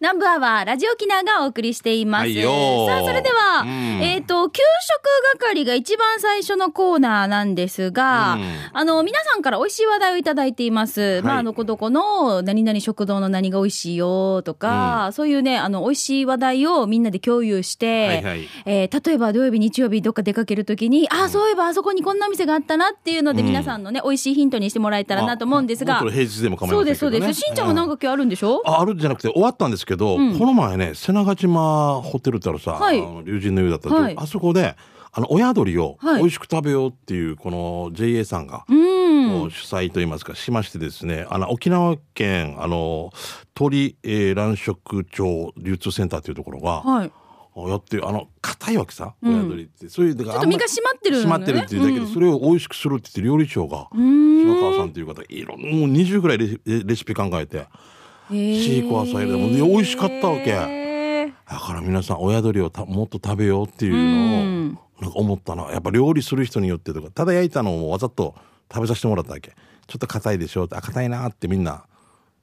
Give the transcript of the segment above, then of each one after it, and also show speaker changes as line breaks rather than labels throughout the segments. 南部アワーラジオキナがお送りしています。
はい
さ
よ
あ、それでは、
うん
えっ、と、給食係が一番最初のコーナーなんですが、
うん
あの、皆さんから美味しい話題をいただいています。まあ、どこどこの何々食堂の何が美味しいよとか、そういうね、あの、美味しい話題をみんなで共有して、
はいはい
えー例えば土曜日、日曜日どっか出かけるときに、ああ、そういえばあそこにこんな店があったなっていうので、
うん
皆さんのね、美味しいヒントにしてもらえたらなと思うんです
ま
が
あこれ、平日でも構いま
そうんで
せけど、ね、
す、そうです。しんちゃんもなん
か、
か今日あるんでしょ
ああるんじゃなくて終わったんですけど、
うん
この前ね瀬長島ホテルってあるさ、
はい
あの竜神の湯だったんですけど
はい
あそこであの親鳥を
はい
美味しく食べようっていうこの JA さんが、
うー。
こうん主催といいますかしましてですねあの沖縄県あの鳥、えー卵食鳥流通センターというところが、
はい。
やってあの硬いわけさ
うん
親鳥って、そういうだか
ちょ
ら
っ
あ
と
ん
身
まり
が締まってるのね。
締まってるっていうだけど、
うん
それを美味しくするって言って料理長が
うーん
島川さんっていう方いろんなもう20ぐらいレシレシピ考えてシークワーサー入れたもんで美味しかったわけ
へー
だから皆さん親鳥をたもっと食べようっていう
う
の
ん
をなんか思ったなやっぱ料理する人によってとかただ焼いたのをわざと食べさせてもらったわけちょっと硬いでしょってあ硬いなってみんな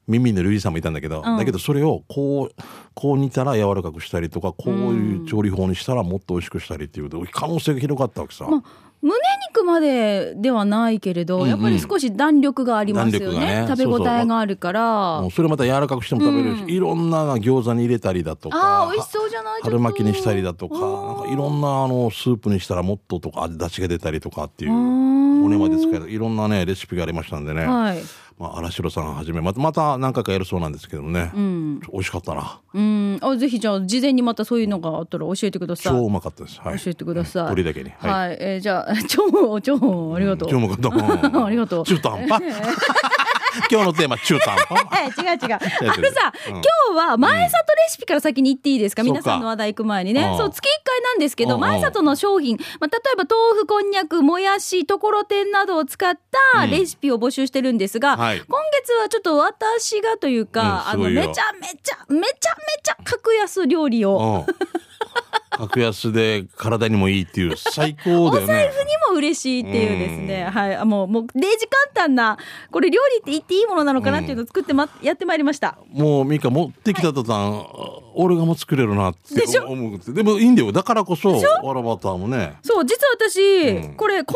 耳のルイさんもいたんだけど、
うん
だけどそれをこうこう煮たら柔らかくしたりとかこういう調理法にしたらもっと美味しくしたりっていう可能性が広がったわけさ、
まあ胸肉までではないけれど、
うんうん
やっぱり少し弾力がありますよ
弾力が
ね
ね
食べ応えがあるから
もうそれまた柔らかくしても食べれるし、
うん
いろんな餃子に入れたりだと
あ
か
あ美味しそうじゃない
春巻きにしたりだとか
あー
なんかいろんなあのスープにしたらもっととか味出汁が出たりとかっていう
骨
骨まで使えるいろんなねレシピがありましたんでね、
はい
まあ、荒城さんはじめまたまた何回かやるそうなんですけどもね、
うん
美味しかったな
うんあぜひじゃあ事前にまたそういうのがあったら教えてくださ
超
いう
まかったです、はい、
教えてください
鳥だけに
はい、
い、
えーじゃあ 超超ありがとう、
超うま かった、
ありがとう
中途 半端今日のテーマ中途半端
え違う違う。あ のさ、
違う
今日は前里レシピから先に言っていいですか、
うん
皆さんの話題行く前にね。
そう
そ
か
う月1回なんですけ
う
ど、
ん
前里の商品、まあ、例えば豆腐、こんにゃく、もやし、ところてんなどを使ったレシピを募集してるんですが、
はい
今月はちょっと私がというか、
うん
あ
す
の、
ごい
め
よ
ちゃめちゃ、めちゃめちゃ格安料理を、
うん格安で体にもいいっていう最高だよね
お財布にも嬉しいっていうですね、
うん
はい、あもう、もう、デジ簡単な、これ料理って言っていいものなのかなっていうのを作ってま、やってまいりました。
もうミカ持ってきた途端、俺がもう作れるなって
でしょ
思うででもいいんだよだからこそわらバターもね
そう、実は私、
うん
これ、こ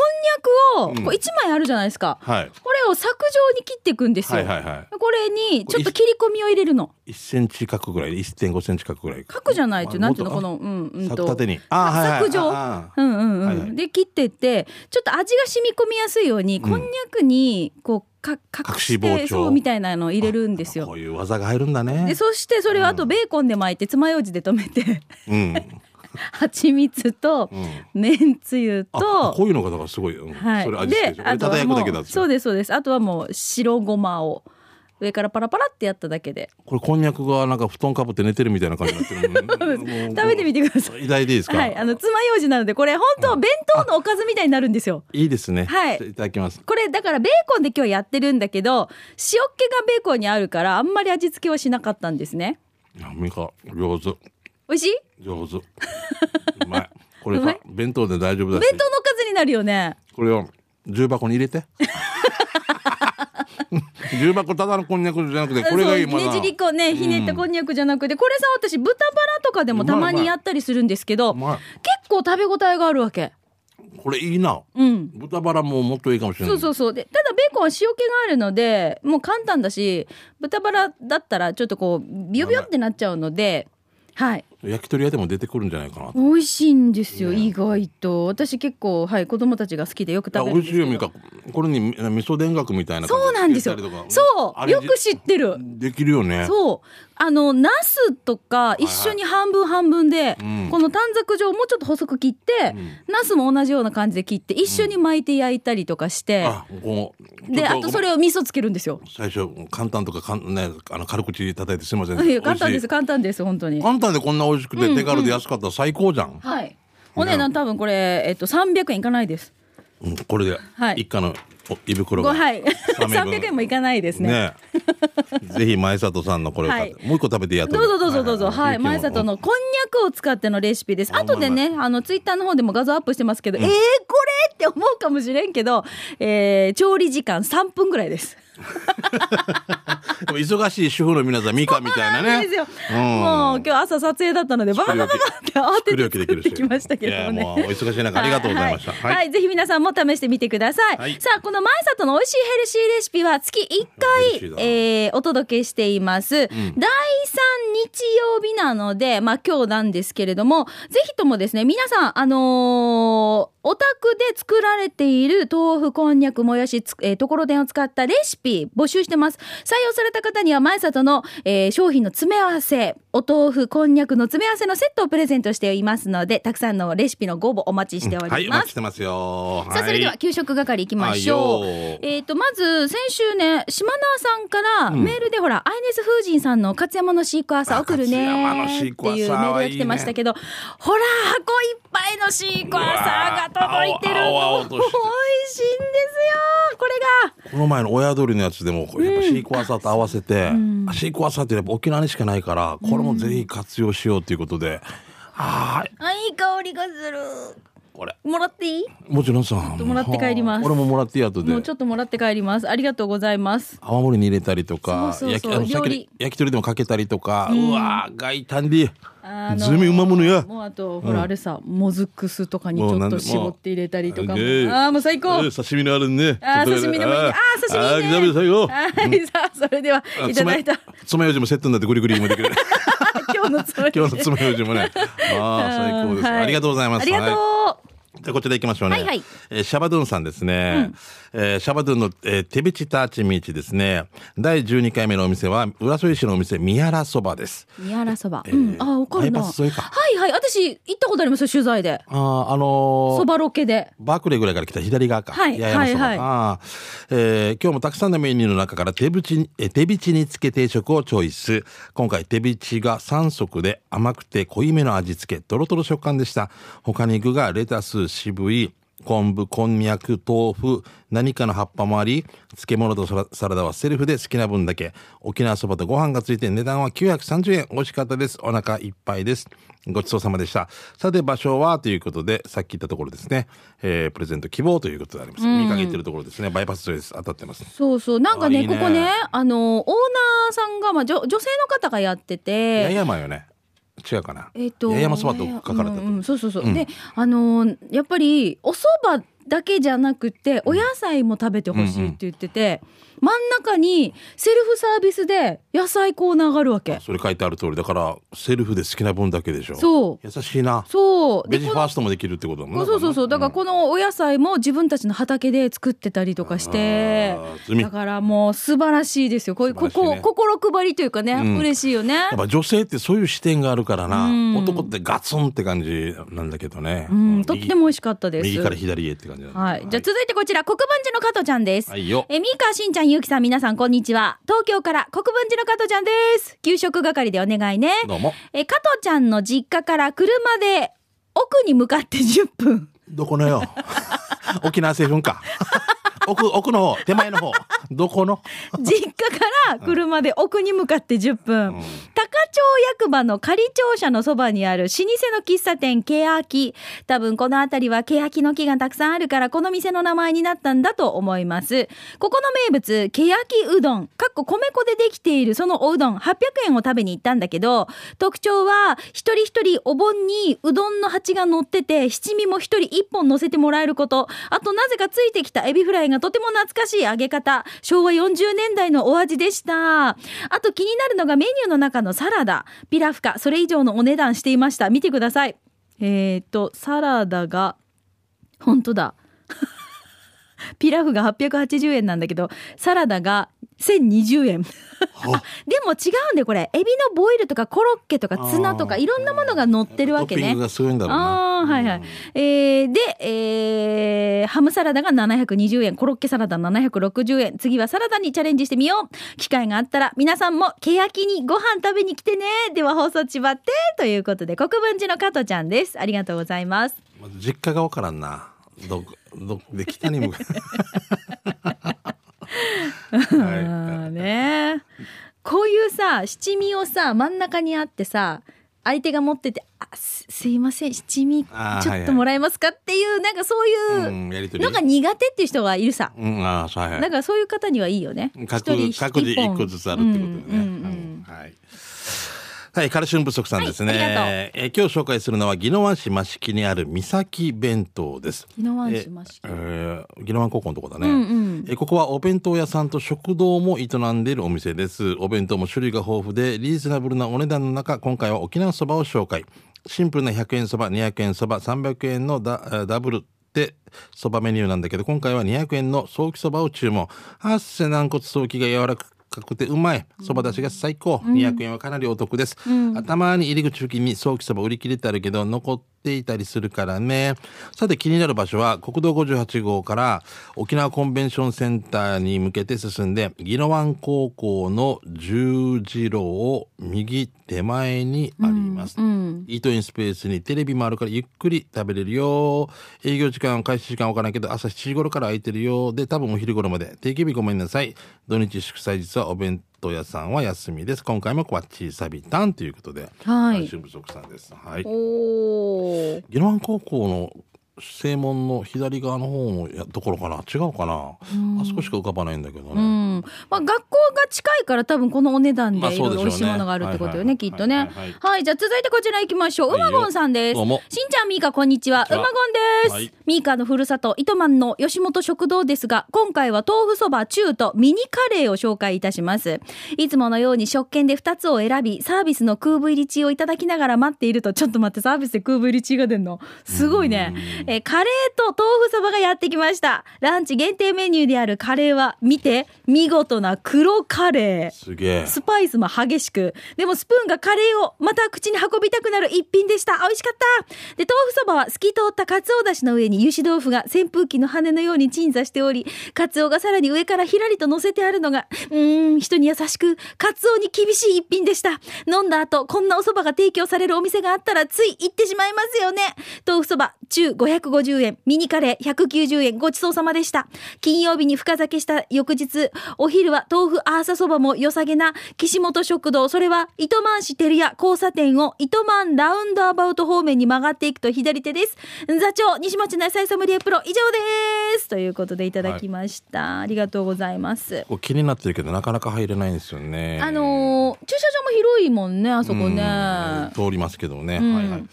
んにゃくを、こう一枚あるじゃないですか。
はい
これを削状に切っていくんですよ。
はいはいは
これに、ちょっと切り込みを入れるの。
い1センチ角ぐらい1.5センチ角ぐらい
角じゃないと、なんていうの、
も
こ
っと
の、うん、うん
さ
と。
縦にあはいはい
削除
ああ
うんうんうん、
はいはい
で切ってってちょっと味が染み込みやすいように、こんにゃくにこうか隠し
隠し包
て
丁
そうみたいなのを入れるんです
こ
よ
ういう技が入るんだね
でそしてそれをあとベーコンで巻いて爪楊枝で止めて
うん
蜂蜜と
うん
めんつゆ
あ
と
こういうのがだからすごい、うん
はい。
それ味付けでしょ俺ただ
は
焼くだけ
も
だ
う、そうです、そうです。あとはもう、白ごまを。上からパラパラってやっただけで。
これこんにゃくがなんか布団かぶって寝てるみたいな感じになってるもう
食べてみてください。
偉大でいいですか、
はい。あの、爪楊枝なので、これ本当、弁当のおかずみたいになるんですよ。
いいですね
はい
じゃあいただきます
これ、だからベーコンで今日やってるんだけど、塩っ気がベーコンにあるから、あんまり味付けはしなかったんですね。
いやミカ上手
美味しい
上手うまいこれ
うま
さ
い
弁当で大丈夫だ
弁
し
当のおかずになるよね。
これを重箱に入れて 重箱ただのこんにゃくじゃなくてこれがいい
そう
まだ
ねじりこね、ひねったこんにゃくじゃなくて、これさ、私、豚バラとかでもたま
うまいうま
に
い
やったりするんですけど、
うまい
結構食べ応えがあるわけ。
これいいな
うん。
豚バラももっといいかもしれな
そ
いう
そうそうでただベーコンは塩気があるのでもう簡単だし豚バラだったらちょっとこうビヨビヨってなっちゃうのではい
焼き鳥屋でも出てくるんじゃないかな
美味しいんですよ、意外と私結構はい子供たちが好きでよく
いや
食べ
美
るんで
味
す
し
け
いよ
ど
みかこれにみ味噌田楽みたいな感
そうなんですよ
入れたりとか
そ
ア
う
レ
よ
ンジ
く知ってる
できるよね
そうあのナスとか一緒に半分半分で、
うん
この短冊状をもうちょっと細く切って、ナスも同じような感じで切って一緒に巻いて焼いたりとかして、
あこう
であとそ
れ
れを味噌つけるんですよ。
最初簡単とかかんねあの軽口叩いてすいません
いや簡単
美
で
味し
す
い
簡単です本当に。
簡単でこんな美味し
う
く
んう
て
ん
手軽で安かったら最高じゃん
はい。お値段多分これ、えっと、300円いかないです。
うん、これで
はい
一家のお胃袋
ご
が、
はい。300
300
円もいかないですね。
ねえぜひ前里さんのこれを買って、
は
もう一個食べてやっと
どうぞどうぞどうぞ。はい。前里のこんにゃくを使ってのレシピです。
あ
後でね、あの、ツイッターの方でも画像アップしてますけど、えー、これって思うかもしれんけど、えー調理時間3分ぐらいです。
でも忙しい主婦の皆さん、ミカみた いなね。
そうなんですよ
うん
もう今日朝撮影だったので、バカバカって
作り
慌
置
てて
きでき
作
る
っ
して
きましたけども
いやもう
ね。
お忙しい中ありがとうございました。
はい、はいぜひ皆さんも試してみてください。
はい
さあ、この前里の美味しいヘルシーレシピは月
嬉しい
1
な
回、えーお届けしています。第3日曜日なので、まあ今日なんですけれども、ぜひともですね、皆さん、あのーお宅で作られている豆腐、こんにゃく、もやし、つえーところてんを使ったレシピ募集してます。採用された方には前里の、えー商品の詰め合わせ、お豆腐、こんにゃくの詰め合わせのセットをプレゼントしていますので、たくさんのレシピのご応募お待ちしております。
はい、お待ちしてますよ。
さあ、それでは給食係行きましょう。
はいよ
えっ、と、まず、先週ね、島縄さんからメールで、ほら、アイネス風神さんの勝山のシークワーサー送るね
あ勝山
ー
のシ
ってい
ークワー
うメ
サー
ール
は
が来てましたけど、ほら、箱いっぱいのシークワーサーが届いてる。
うわー青
も
々
う
と
美
し
味しいん
て
ですよ、これが。
この前の親鳥のやつでも、これやっぱシークワーサーと合わせて、シークワーサーってやっぱ沖縄にしかないから、これもぜひ活用しようということで、はーい、
あ、いい香りがする。
これ、
もらっていい
もちろんさん。
ともらって帰ります
俺ももらっていい後で
もう。ちょっともらって帰ります。ありがとうございます。
泡盛に入れたりとか、
そうそうそう
焼きあのさっ
料
き
理
焼き鳥でもかけたりとか、うわー、外炭で、
あの
ずみうまものや。
もうあと、ほら、あれさ、もずく酢とかにち
もう
ょ
な
っ
んで
と絞って入れたりとかも。
もうねえ
ああ、もう最高
うん。刺身のあるね。
あー
ちょっと
刺身でもいいね。あー刺身
あー
ね。
食べて最後。
はい、さあ、それでは、いただいた、
爪爪楊枝もセットになってグリグリもできる。
今日のつもりで。
今日の爪楊枝もね。ああ、最高です。
はい
ありがとうございます。
ありがとう。
はいじゃあこちら行きましょうね。
はいはい
えーシャバドゥンさんですね。えーシャバドゥンの、えーテビチターチミーチですね。第12回目のお店は、浦添市のお店、宮原そばです。
宮原そば。うん。あー、わかるな。
バイパス
は
沿いか
いはい。私、行ったことありますよ、取材で。
ああ、あのー
そばロケで。
バークレーぐらいから来た左側か。
はい
八重山そば
はいはい
あーえー今日もたくさんのメニューの中から手びち、えー手びちにつけ定食をチョイス。今回手びちが3足で甘くて濃いめの味付け、トロトロ食感でした。他に具がレタス、渋い、昆布、こんにゃく、豆腐、何かの葉っぱもあり、漬物とサラサラダはセルフで好きな分だけ。沖縄そばとご飯がついて値段は930円。美味しかったです。お腹いっぱいです。ごちそうさまでした。さて場所はということで、さっき言ったところですね。えープレゼント希望ということであります。見かけてるところですね。バイパス沿いです。当たってます。
そうそう。なんか
あ
ね、
いい
こ
ね
こね、あの、オーナーさんが、まあ、女女性の方がやってて。
八重山よね。違うかな。
えっと
八重山そばと書かれたと
うんうんそうそうそう、であのーやっぱりお蕎麦だけじゃなくてお野菜も食べてほしいって言ってて、真ん中にセルフサービスで野菜コーナーがあるわけ
それ書いてある通りだから、セルフで好きな分だけでしょ。
そう
優しいな。
そう
ベ
で
ジ
こ
フ
の
ァーストもできるってことだもんね。
そうそうそうだからこのお野菜も自分たちの畑で作ってたりとかして
あー罪
だからもう素晴らしいですよこういう、
素晴
こ
らしいね
こ心配りというかね、
ん
嬉しいよね
やっぱ女性ってそういう視点があるからな、男ってガツンって感じなんだけどね。
うんとっても美味しかったです
右から左へって感じなんだ
はい。じゃあ続いてこちら、黒板寺の加藤ちゃんです。
はいよ
え、ミーカーしんちゃん、ゆうきさん、皆さん、こんにちは。東京から黒板寺の加藤ちゃんです。給食係でお願いね。
どうも。
え、加藤ちゃんの実家から車で奥に向かって10分。
どこのよ。 沖縄製粉か。 奥、奥の方、手前の方。どこの
実家から車で奥に向かって10分、高町役場の仮庁舎のそばにある老舗の喫茶店ケヤキ多分この辺りはケヤキの木がたくさんあるからこの店の名前になったんだと思いますここの名物ケヤキうどんかっこ米粉でできているそのおうどん800円を食べに行ったんだけど特徴は一人一人お盆にうどんの鉢が乗ってて七味も一人一本乗せてもらえることあとなぜかついてきたエビフライがとても懐かしい揚げ方昭和40年代のお味でしたあと気になるのがメニューの中のサラダピラフかそれ以上のお値段していました見てくださいえー、っとサラダが本当だピラフが880円なんだけどサラダが1020円
は
でも違うんでこれエビのボイルとかコロッケとかツナとか
あー
いろんなものが乗ってる
ト
わ
ッ
け
ピン
ね
グ。がすごいんだろうな。
ああーはいはい、えーで、えーハムサラダが720円コロッケサラダ760円次はサラダにチャレンジしてみよう機会があったら皆さんもケヤキにご飯食べに来てねでは放送ちばってということで国分寺の加藤ちゃんですありがとうございます
まず実家がわからんな。どこ、どこで北に向かは
あーねこういうさ七味をさ真ん中にあってさ相手が持ってて「あすすいません七味ち
あー
ょっともらえますか?」っていうなんかそうい
う、
うん
やりとり。
のが苦手っていう人がいるさ、
うん、ああ、そうはい。
だからそういう方にはいいよね
各
一人
各自
本
一個ずつあるってことだよね。
うんうんうん
うんはい。はい、カルシウム不足さんですね。
はいありがとう
えー今日紹介するのは宜野湾市益城にある三崎弁当です。
宜野湾市益
え
城
ー宜野湾高校のとこだね、
うんうん
えーここはお弁当屋さんと食堂も営んでいるお店ですお弁当も種類が豊富でリーズナブルなお値段の中今回は沖縄そばを紹介シンプルな100円そば200円そば300円のダえーダブルでそばメニューなんだけど今回は200円のソーキそばを注文あっせ軟骨ソーキが柔らかくてうまいそば出しが最高、200円はかなりお得です、たまに入り口付近に早期そば売り切れてあるけど残っていたりするからねさて気になる場所は国道58号から沖縄コンベンションセンターに向けて進んで宜野湾高校の十字路を右手前にあります、イートインスペースにテレビもあるからゆっくり食べれるよ営業時間開始時間わからないけど朝7時頃から空いてるよで多分お昼頃まで定休日ごめんなさい土日祝祭日はお弁当屋さんは休みです今回もこっちサビタンということで
は
大
い
春不足さんですはい
おー
宜野湾高校の正門の左側の方のやところかな違うかなあそこしか浮かばないんだけど
う
ね
んまあ、学校が近いから多分このお値段
まあ
でいろいろ
そ
美
うで
味
し
しい
ょうね
ものがあるってことよ
は
ね
い
きっとね
はいはいはい
はいじゃあ続いてこちら行きましょう
は
う
いよ
まごんさんです
どうも
しんちゃんみーかこんにちはう
こん
ま
に
ごんです、
はい
みーかのふるさと糸満の吉本食堂ですが今回は豆腐そば中とミニカレーを紹介いたしますいつものように食券で2つを選びサービスの空部入りチーをいただきながら待っているとちょっと待ってサービスで空部入りチーが出るのすごいねえーカレーと豆腐そばがやってきましたランチ限定メニューであるカレーは見て見事な黒カレー
すげえ
スパイスも激しく、でもスプーンがカレーをまた口に運びたくなる一品でした。美味しかった。で、豆腐そばは透き通ったカツオだしの上に油脂豆腐が扇風機の羽のように鎮座しており、カツオがさらに上からひらりと乗せてあるのが、うーん、人に優しく、カツオに厳しい一品でした。飲んだ後、こんなお蕎麦が提供されるお店があったらつい行ってしまいますよね。豆腐そば、中550円、ミニカレー190円、ごちそうさまでした。金曜日に深酒した翌日、お昼は豆腐アーサそばも良さげな岸本食堂、それは糸満市照屋交差点を糸満ラウンドアバウト方面に曲がっていくと左手です。座長、西町の野菜ソムリエプロ、以上です。ということでいただきました。ありがとうございます。
これ気になってるけどなかなか入れないんですよね
あのー駐車場も広いもんね、あそこね。
うん通りますけどね、
ん
はいはい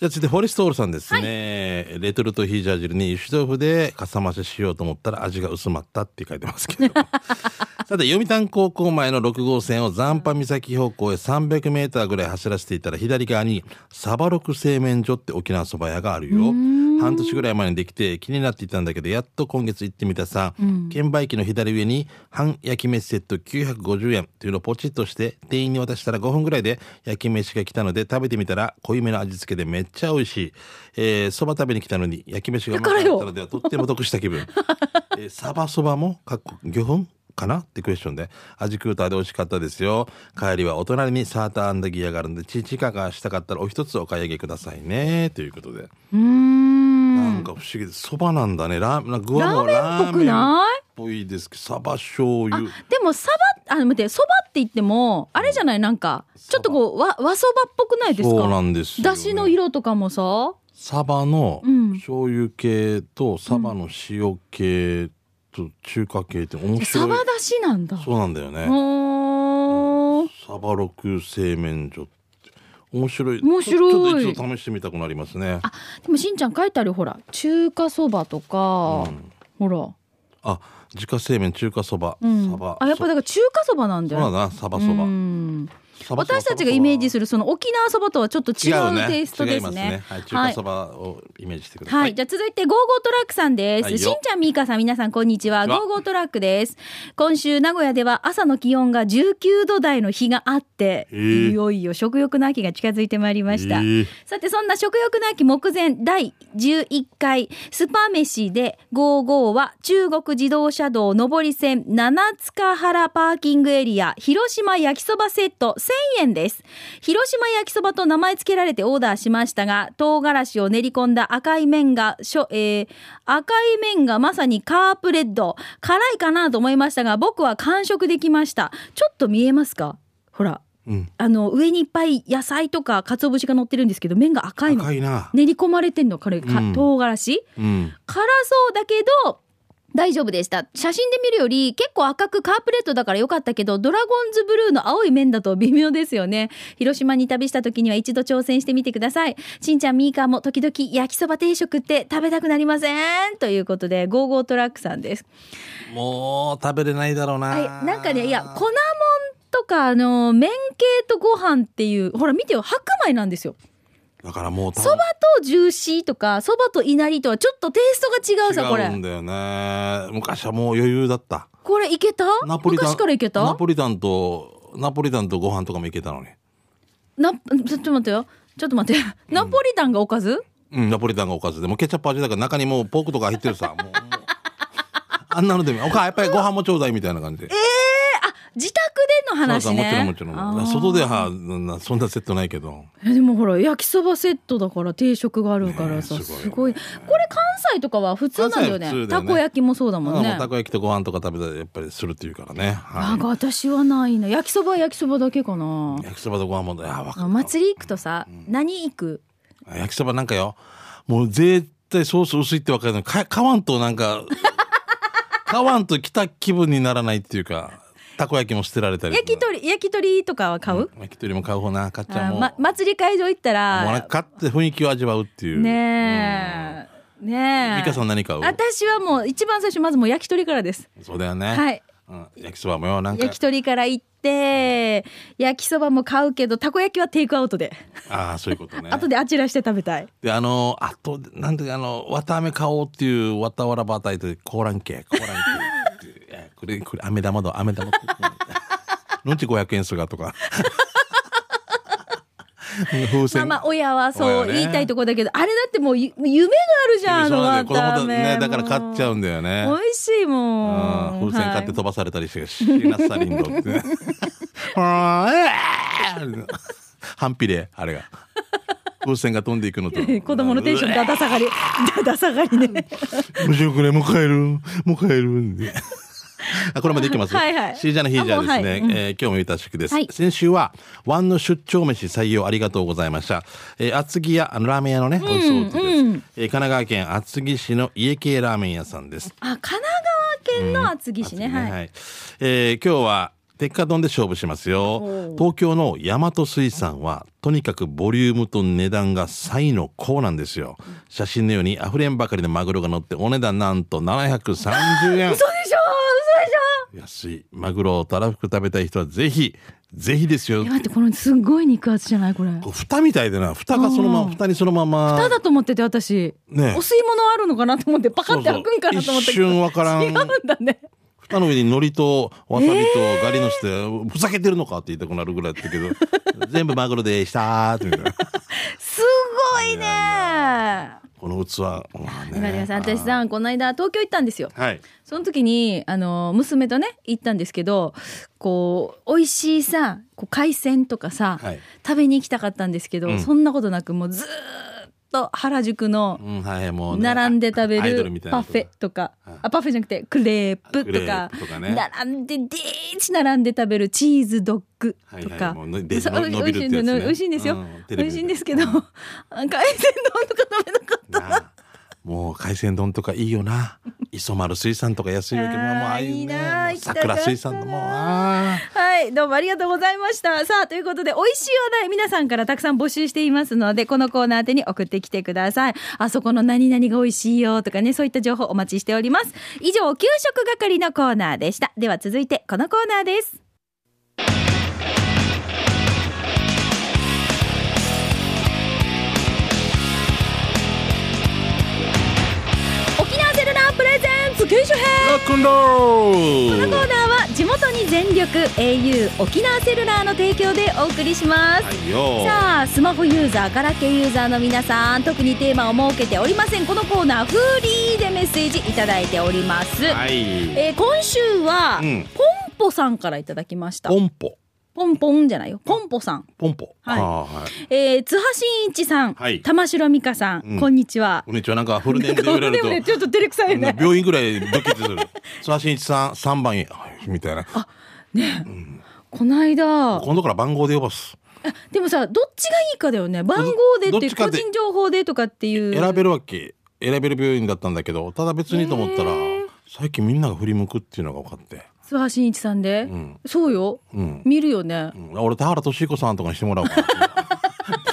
じゃあ続いてフォレストオールさんですね、レトルトヒージャー汁に油脂豆腐でかさ増ししようと思ったら味が薄まったって書いてますけどさて読谷高校前の6号線を残波岬方向へ300メーターぐらい走らせていたら左側にサバロク製麺所って沖縄そば屋があるよ半年ぐらい前にできて気になっていたんだけどやっと今月行ってみたさ、券売機の左上に半焼き飯セット950円というのをポチッとして店員に渡したら5分ぐらいで焼き飯が来たので食べてみたら濃いめの味付けでめっちゃ美味しいえーそば、食べに来たのに焼き飯がうまかったのではとっても得した気分えーサバそばもかっこ魚粉かなってクエスチョンで味クーターで美味しかったですよ帰りはお隣にサーターアンダギーがあるんでチーチカがしたかったらお一つお買い上げくださいねということで
うーん。
なんか不思議で、そばなんだね。ラーメン、なんか具はもう
ラーメンっぽくない
っぽいですけど、サバ醤油。
でもサバあ待ってそばって言ってもあれじゃないなんかちょっとこう和和そばっぽくないですか
そうなんですよ、
だしの。色とかもさ
サバの
うん
醤油系と、サバの塩系と中華系って面白
サ
い。
バだしなんだ
そうなんだよね。
おー
サバ六製麺所って。面白い。
面白い
ちょっと一度試してみたくなりますね。あ、
でもしんちゃん書いてあるよほら中華そばとか、ほら、
自家製麺中華そば、
うん
サバ。
あやっぱだから中華そばなんだ
そうなん
よ
だな、サバそば。
うん
サバそば
私たちがイメージ
サ
するその沖縄そばとはちょっと違
バ
う
そば違うね。
テイストで
違いますす
ね
ね。はい、中華そばをイメージしてください。
はい。じゃあ続いて、ゴーゴートラックさんです。
はいよ
しんちゃん、みーかさん、皆さん、こんにちは。
こん
ゴ
にち
ー
は
ゴートラックです。今週、名古屋では朝の気温が19度台の日があって、
へー
いよいよ食欲の秋が近づいてまいりました。
えー
さて、そんな食欲の秋目前第11回スパ飯で55は中国自動車道上り線七塚原パーキングエリア広島焼きそばセット1000円です。広島焼きそばと名前付けられてオーダーしましたが、唐辛子を練り込んだ赤い麺が、しょえー赤い麺がまさにカープレッド。辛いかなと思いましたが、僕は完食できました。ちょっと見えますかほら、
うん
あの上にいっぱい野菜とか鰹節が乗ってるんですけど麺が赤いの
赤いな。
練り込まれてんのこれ、か
うん
唐辛子
うん。
辛そうだけど大丈夫でした写真で見るより結構赤くカープレットだから良かったけどドラゴンズブルーの青い面だと微妙ですよね広島に旅した時には一度挑戦してみてくださいしんちゃんみーかーも時々焼きそば定食って食べたくなりませんということでゴーゴートラックさんです
もう食べれないだろうな。
はい、なんかね、いや、粉もんとか、あの、麺系とご飯っていう、ほら見てよ、白米なんですよ。
だからもう多
そ
分
ばとジューシーとか、そばといなりとはちょっとテイストが違うさ、こ
違うん
れ。
だよね。昔はもう余裕だった。
これいけた
ナポリタン。
昔からいけた
ナポリタンと、ナポリタンとご飯とかもいけたのに。
な、ちょっと待ってよ。ちょっと待って。ナポリタンがおかず、
うん、ナポリタンがおかずで。もうケチャップ味だから中にもうポークとか入ってるさ。も うもうあんなのでもいい、おかやっぱりご飯もちょうだいみたいな感じで。
自宅での話
そうそう
ね。
もちろんもちろ
あ
ん。
ー
外では、なそんなセットないけど。
えでもほら、焼きそばセットだから定食があるからさ、
ねえすごい
すごい。これ関西とかは普通なんだよね。
関西は普通だよ
た
ね
こ焼きもそうだ
ま
も
あ
んね。
もうたこ焼きとご飯とか食べたりやっぱりするっていうからね。は。。
なんか私はないな。焼きそばは焼きそばだけかない
焼きそばとご飯も、あ、わか
お祭り行くとさ、何行く
焼きそばなんかよもう絶対ソース薄いって分かるのにか買わんとな んか買わんと来た気分にならないっていうかたこ焼きも捨てられたり
焼き鳥焼き鳥とかは買う、
焼き鳥も買う方な買っちゃ
あ
うもう,、
ま、祭り会場行った
もうなん
ら
か買って雰囲気を味わうっていう
ねえ
うん
ね
美
え
香さん何買う
私はもう一番最初まずもう焼き鳥からです
そうだよね、
はい
うん、焼きそばもよなんか
焼き鳥から行って焼きそばも買うけどたこ焼きはテイクアウトで、
ああそういうことね
後であちらして食べたい
であのあとなんていうかあの綿あめ買おうっていう綿わらばたいとコーラン系コーラン系っていういやこれこれ飴玉だ飴玉ってのち500円すが とか
まあ
風船
まあ親はそう
親はね
言いたいとこだけど、あれだってもうゆ夢があるじゃんあの
そうなんだよ子供
わ
た
たあめ
ねだから買っちゃうんだよね
もう美味しいもん
うん風船買って飛ばされたりして、シーナッサリンドってはあえー 反比例あれが風船が飛んでいくのと
子供のテンションだだ下がり だだ下がりね
無事くれ、もう帰る、もう帰る。あこれまでいきます。
はいはい
シージャーのヒージャーで
あ
すね。
もうはいうん
えー今日もゆたしくです。
はい
先週は、ワンの出張飯採用ありがとうございました。えー厚木屋、あのラーメン屋のね、美味しそうです、えー神奈川県厚木市の家系ラーメン屋さんです。
あ神奈川県の厚木市ね、はい、
はいえー今日は鉄火丼で勝負しますよ東京の大和水産はとにかくボリュームと値段が最の高なんですよ写真のようにあふれんばかりのマグロが乗ってお値 段なんと730
嘘
円
でしょ嘘でしょ
安いマグロをたらふく食べたい人はぜひぜひですよ
いや待ってこのすんごい肉厚じゃないこれ
こう蓋みたいでな蓋がそのまま蓋にそのまま
ただと思ってて私、お
ね
吸い物あるのかなと思ってパカって開くんかなと思ったけど
そうそう一瞬わからん
違うんだね
蓋の上に海苔とわさびとガリのしてふざけてるのかって言いたくなるぐらいだったけど 全部マグロでしたーってみたいな
すごいね
この器、まあね
わかります私さこの間東京行ったんですよ
はい。
その時にあの娘とね行ったんですけどこう美味しいさこう海鮮とかさ、
はい
食べに行きたかったんですけど、
うん
そんなことなくもうずーっと原宿の
うん、はい、もうね、
並んで食べ
アイドル
る
みたいな
パフ
とこ
ェとか
はい
あパフェじゃなくてクレープ
ク
と
レ
か
ープとかね
並んででーち並んで食べるチーズドッグと
はいはい
か
もうねで
そう
の伸びるってやつね
美味しいんですよ
うんテレビで
美味しいんですけど海鮮丼とか食べなかった。
なあもう海鮮丼とかいいよな。磯丸水産とか安いわけど、
あー
まあ、ああいう
いい
ね、
なあ
もう桜水産のもう、ああ。
はい、どうもありがとうございました。さあ、ということで、美味しい話題、皆さんからたくさん募集していますので、このコーナー宛てに送ってきてください。あそこの何々が美味しいよとかね、そういった情報お待ちしております。以上、給食係のコーナーでした。では続いて、このコーナーです。沖縄セルラープレゼンツ給食編
ロックンロ
このコーナ
ール
ーは地元に全力 au 沖縄セルラーの提供でお送りします、
はいよ。
さあスマホユーザーガラケーユーザーの皆さん特にテーマを設けておりませんこのコーナーフリーでメッセージいただいております、
はい。
えー今週は、
うん
ポンポさんからいただきました
ポンポ。
ポンポンじゃないよポンポさん、
ポンポ。
はい
ああはい。
えー、津波真一さん、
はい
玉城美香さん、
うん
こんにちは
お姉ちゃんなんかフルネー ムで言われ
で
る
も
と。
ねちょっと照れくさいよね
病 院ぐらいドキッとする。さあ、しんいちさん、三番へ、はいみたいな。
こないだ
今度から番号で呼ばす
でもさどっちがいいかだよね番号で
ど
っ
っち
て
か
個
で
人情報でとかっていう
選べるわけ選べる病院だったんだけどただ別にと思ったら
へー
最近みんなが振り向くっていうのが分かって
諏訪真一さんで、
うん
そうよ
うん、
見るよね
うん俺田原俊彦さんとかにしてもらおうか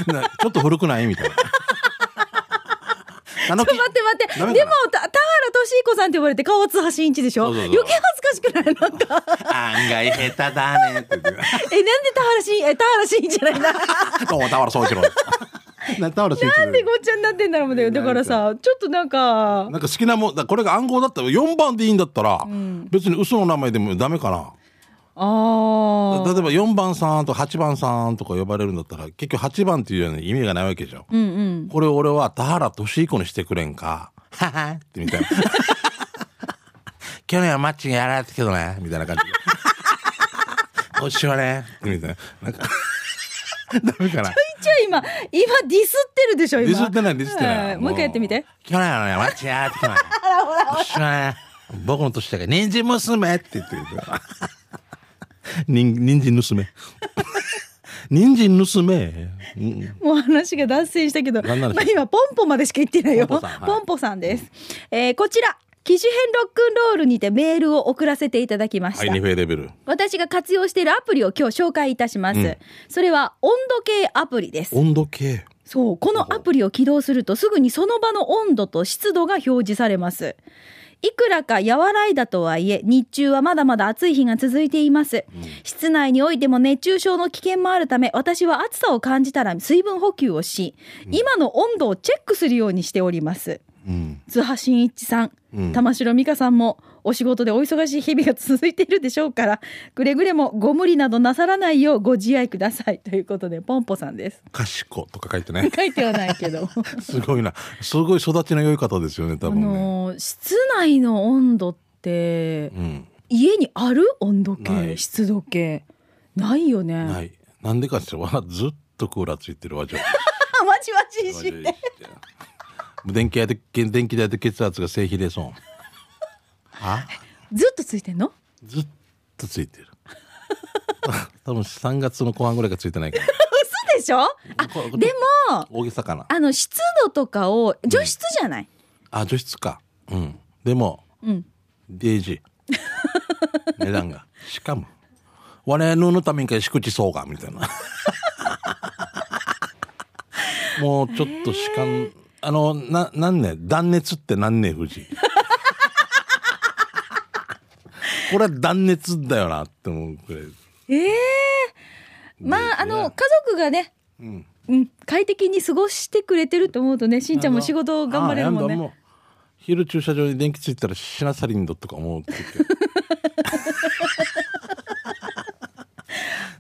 な なちょっと古くない みたいなあの
ちょ 待って待って
ダメかな
でもた田原俊彦さんって呼ばれて顔は津波真一でしょ
そうそうそう
余計恥ずかしく ないなんか
案外下手だねって言って
えなんで田原真え田原真一じゃな いな
どうも田 原総一郎ですな田原総一
なん
郎で
ですごっちゃになってんだろうねだからさちょっとなんか
なんか好きなもんだこれが暗号だったら4番でいいんだったら、
ん
別に嘘の名前でもダメかな
あ
例え
ー
ば4番さんとか8番さんとか呼ばれるんだったら結局8番っていうような意味がないわけじゃん、
うんうん
これ俺は田原俊彦にしてくれんかははってみたいな去年はマッチングやられたけどねみたいな感じ で今年はねみたいななんか ダメかな
じゃあ今今ディスってるでしょ今
ディスってないディスってな
う
い
んもう一回やってみて
去年はねマッチングやられたけどね私はね僕の年だから人参娘って言ってるから人人参娘人参娘、うん
もう話が脱線したけど、ま
なんな
あ
んでしょう、
今ポンポまでしか言ってないよ。ポ
ポ
ン
ン
ポ
ポ
さ
さ
ん,、
んはい
です。えーこちら。機種編ロックンロールにてメールを送らせていただきま
は
し
い
た。
ニフェレベル
私が活用しているアプリを今日紹介いたします。
うん
それは温度計アプリです。
温度計
そう、このアプリを起動するとすぐにその場の温度と湿度が表示されます。いくらか和らいだとはいえ、日中はまだまだ暑い日が続いています。室内においても熱中症の危険もあるため、私は暑さを感じたら水分補給をし、今の温度をチェックするようにしております。
うん
津波真一さん、
うん
玉城美香さんもお仕事でお忙しい日々が続いているでしょうから、くれぐれもご無理などなさらないようご自愛ください。ということで、ポンポさんです。
かしことか書いて ね
書いてはないけど。
すごいなすごい育ちの良い方ですよね多
あ
分ね、
のー室内の温度って
うん
家にある温度
な
計
い
湿度計ないよね
ないなんでかって言ったらわずっとクーラーついてるわじゃあ
あわじわじし
もう電気代で電気代と血圧が正比例損あ
ずっとついてんの
ずっとついてる 多分3月の後半ぐらいがついてないから
嘘でしょあ
こ
でも
大げさかな
あの湿度とかを除湿じゃない、
あ除湿かうんでも
うん、
デ イジー値段がしかも我々のためにかしくちそうがみた いなもうちょっとしかん、あのな何ね断熱って何ね富 士これは断熱だよなって思うくらい
ええまああの家族がね
うん
うん、快適に過ごしてくれてると思うとねしんちゃんも仕事を頑張れるもん
あやだ
ね
う昼駐車場に電気ついたらシナサリンドとか思うって 言って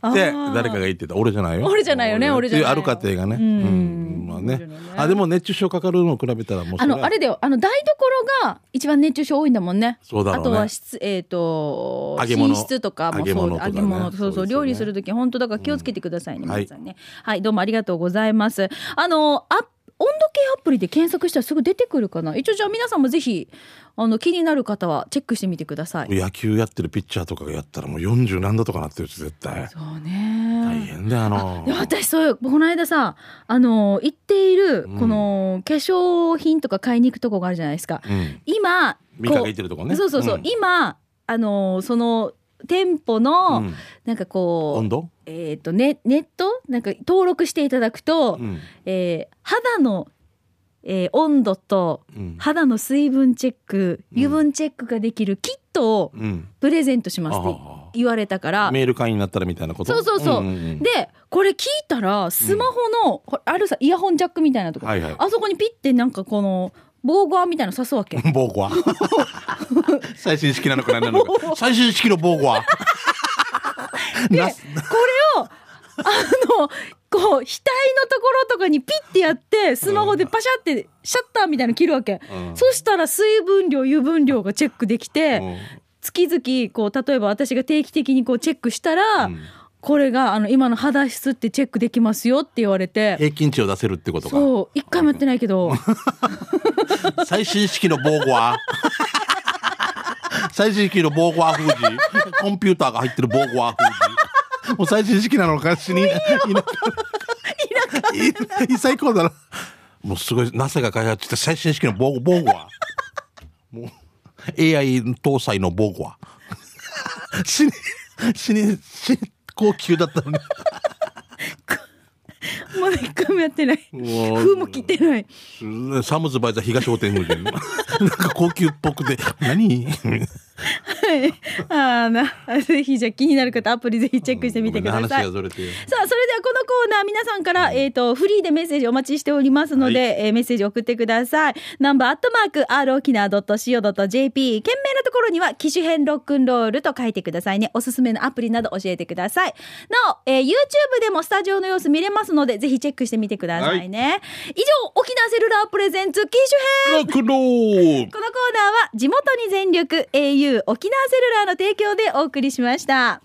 あ
で
ー
誰かが言ってた俺じゃないよ
俺じゃないよね俺じゃないよ
ってうある家庭がね
うん
うんまあ
俺
ね
じゃないね
あでも熱中症かかるのを比べたらもう
あ
それは
のあれだよあの台所が一番熱中症多いんだもんね。
そうだろうね
あとは室えっ、と
揚げ物
寝室とかもそう
揚げ物とかね
揚げ物そうそ
そ
う
うですよね
料理する時本当だから気をつけてくださいね、
うん
皆さんね。はい、どうもありがとうございます。あのあ温度計アプリで検索したらすぐ出てくるかな。一応じゃあ皆さんもぜひあの気になる方はチェックしてみてください。
野球やってるピッチャーとかがやったらもう40何度とかなってるし絶対
そう
大
ね。
変だよあの
いや私そういうこの間さあの行っている
うん
この化粧品とか買いに行くとこがあるじゃないですか。
うん
今
ミ
こ
カが
う
言ってるとこね
そうそうそう、
ん
今あのーその店舗の、
うん
なんかこ
温
う
度
えっ、とねネットなんか登録していただくと、
うん
えー肌の、えー温度と
うん
肌の水分チェック
うん
油分チェックができるキットを
うん
プレゼントしますって
あ
言われたから
あメール会員になったらみたいなこと
そうそうそうん
んん
でこれ聞いたらスマホの、これあるさイヤホンジャックみたいなとこ、
はいはい
あそこにピッてなんかこの防具みたいなの刺すわ け
防具は最新式なのか何な のか最新式の防具は
で
な
これをあのこう額のところとかにピッてやってスマホでパシャってシャッターみたいなの切るわけ、
うん
そしたら水分量油分量がチェックできて、
うん
月々こう例えば私が定期的にこうチェックしたら、
うん
これがあの今の肌質ってチェックできますよって言われて
平均値を出せるってことか
そう一回もやってないけど
最新式の防具は 最新式の防具は封じコンピューターが入ってる防具は封もう最新式なのかしにいなかったい最高だなもうすごい NASA が開発した最新式の防防具はもう AI 搭載の防具は死に死に死に高級だったのに
まだ一回もやってない。
もう
風も切ってない。
サムズバイザー東御殿の店なんか高級っぽくて何
はい。あーな、ぜひじゃあ気になる方アプリぜひチェックしてみてくだ
ごめんね
さい。
話がずれて
さあそれではこのコーナー皆さんから、えー、とフリーでメッセージお待ちしておりますので、
はい
えーメッセージ送ってくださいナンバーアットマーク r 沖縄 .co.jp 件名のところには機種編ロックンロールと書いてくださいねおすすめのアプリなど教えてくださいなお、えー YouTube でもスタジオの様子見れますのでぜひチェックしてみてくださいね、以上沖縄セルラープレゼンツ機種編
ロックンロール
このコーナーは地元に全力 au 沖縄セルラーの提供でお送りしました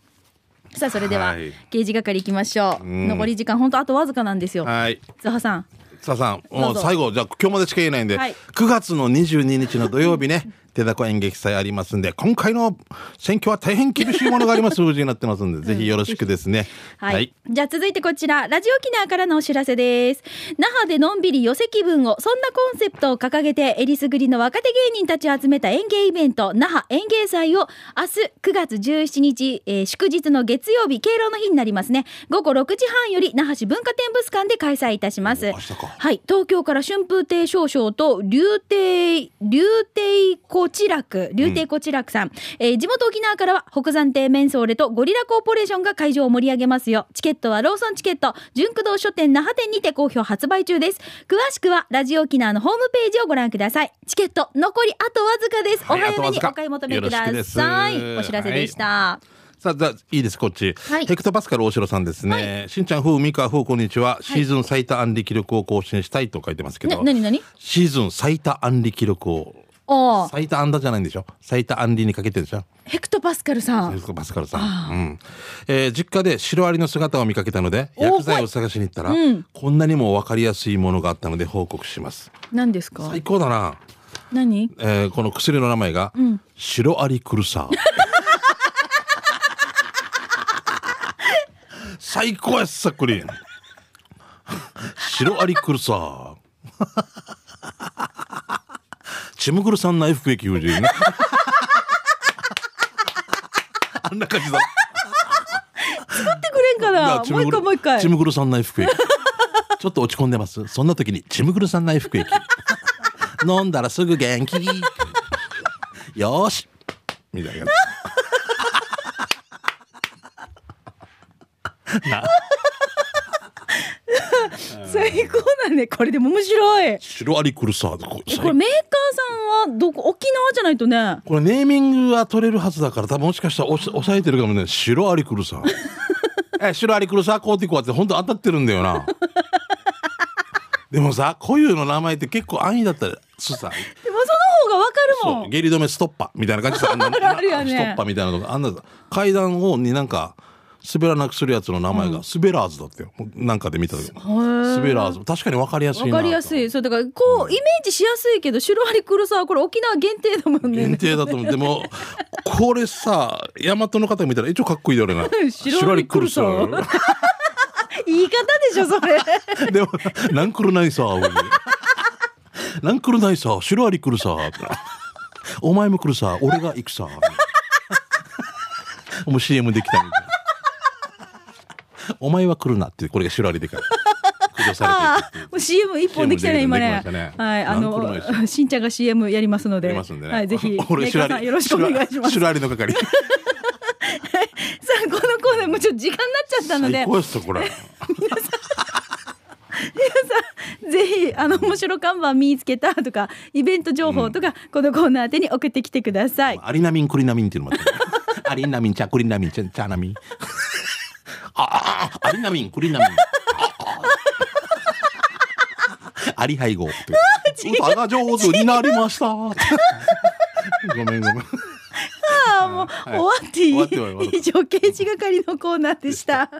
さあそれでは、
はい
刑事係行きましょう、
うん
残り時間本当あとわずかなんですよ
はい
津波さん
さあさんも
どう
う
ぞ
最後じゃあ今日までしか言えないんで、
はい
9月の22日の土曜 日ね手だこ演劇祭ありますんで今回の選挙は大変厳しいものがあります 数字になってますんで、ぜひよろしくですね
はい、じゃあ続いてこちらラジオ沖縄からのお知らせです那覇でのんびり寄せ気分をそんなコンセプトを掲げてえりすぐりの若手芸人たちを集めた演芸イベント那覇演芸祭を明日9月17日、えー祝日の月曜日敬老の日になりますね午後6時半より那覇市文化展物館で開催いたします
お明日か
はい、東京から春風亭少々と竜亭竜亭こちらく竜亭こちらくさん、えー地元沖縄からは北山亭メンソーレとゴリラコーポレーションが会場を盛り上げますよチケットはローソンチケット純駆動書店那覇店にて好評発売中です詳しくはラジオ沖縄のホームページをご覧くださいチケット残りあとわずかです、
はい
お早め
あとわ
に
ずか
お買い求めく
よろしく
だ
です
さいお知らせでした、
さあ、じゃあいいです、こっち。
はい
ヘクトパスカル大城さんですね。しんちゃん、ふう、みか、ふう、こんにちは。シーズン最多安利記録を更新したいと書いてますけ
ね
ど。
何何
シーズン最多安利記録を。
ああ
最多安打じゃないんでしょ最多安利にかけてるでしょ
ヘクトパスカルさん
ヘクトパスカルさん。うん。えー実家でシロアリの姿を見かけたので、
おー
薬剤を探しに行ったら、こんなにも分かりやすいものがあったので報告します。
何ですか
最高だな。
何
えーこの薬の名前が、シロアリクルサ ー最高やっさっくりシロアリクルサーチムクルさん内服 液夫人あんな感じだ
やってくれんかな
チ
もう
ム
一
グル
回もう一回
チムクルさん内服液 ちょっと落ち込んでますそんな時にチムクルさん内服液 飲んだらすぐ元気 よーしみたいなな
最高だねこれでも面白いえ
シロアリクルサードこれ
これメーカーさんはどこ沖縄じゃないとね
これネーミングは取れるはずだから多分もしかしたら押し抑えてるかもねシロアリクルサ ーえシロアリクルサーコーティコアって本当当たってるんだよ なでもさ固有の名前って結構安易だったりするさ
でもその方がわかるも
そうん下痢止めストッパーみたいな感じでさあんな
る あるよね
ストッパーみたいなのがあんな階段をになんか滑らなくするやつの名前がスベラーズだったよ、なんかで見たけど
ー
スベラーズ確かに分かりやすいな
わ
と
かりやすいそうだからこうイメージしやすいけどシロアリクロサはこれ沖縄限定だもんね
限定だと思うでもこれさ大和の方見たら一応かっこいいだろうな
白に来るさ
白に来るさ
言い方でしょそれ
でもなんくるないさ俺なんくるないさシロアリ来るさお前も来るさ俺が行くさもう CM できたみたいなお前は来るなってこれがシロアリでかい駆除されていくっていう
もう CM 一本できたね今ね
できましたね
はいあ
なんくるない
のしんちゃんが CM やりますので
ありますんでね、
はいぜひメ
俺
ー
シ
カーさ
ロア
ん
リ
よろしくお願いしますさ
シロアリの係
あこのコーナーもうちょっと時間に なっちゃったので
最高ですよこれ
ぜひあの面白看板見つけたとかイベント情報とか、このコーナー宛てに送ってきてください。
アリナミンクリナミンっていうのもあったアリナミンチャクリナミンチャチャナミンああアリナミンクリナミンああアリ配合って歌が上手になりましたごめんごめん
ああもう、終わっていい
終わって終わる
以上刑事係のコーナーでした。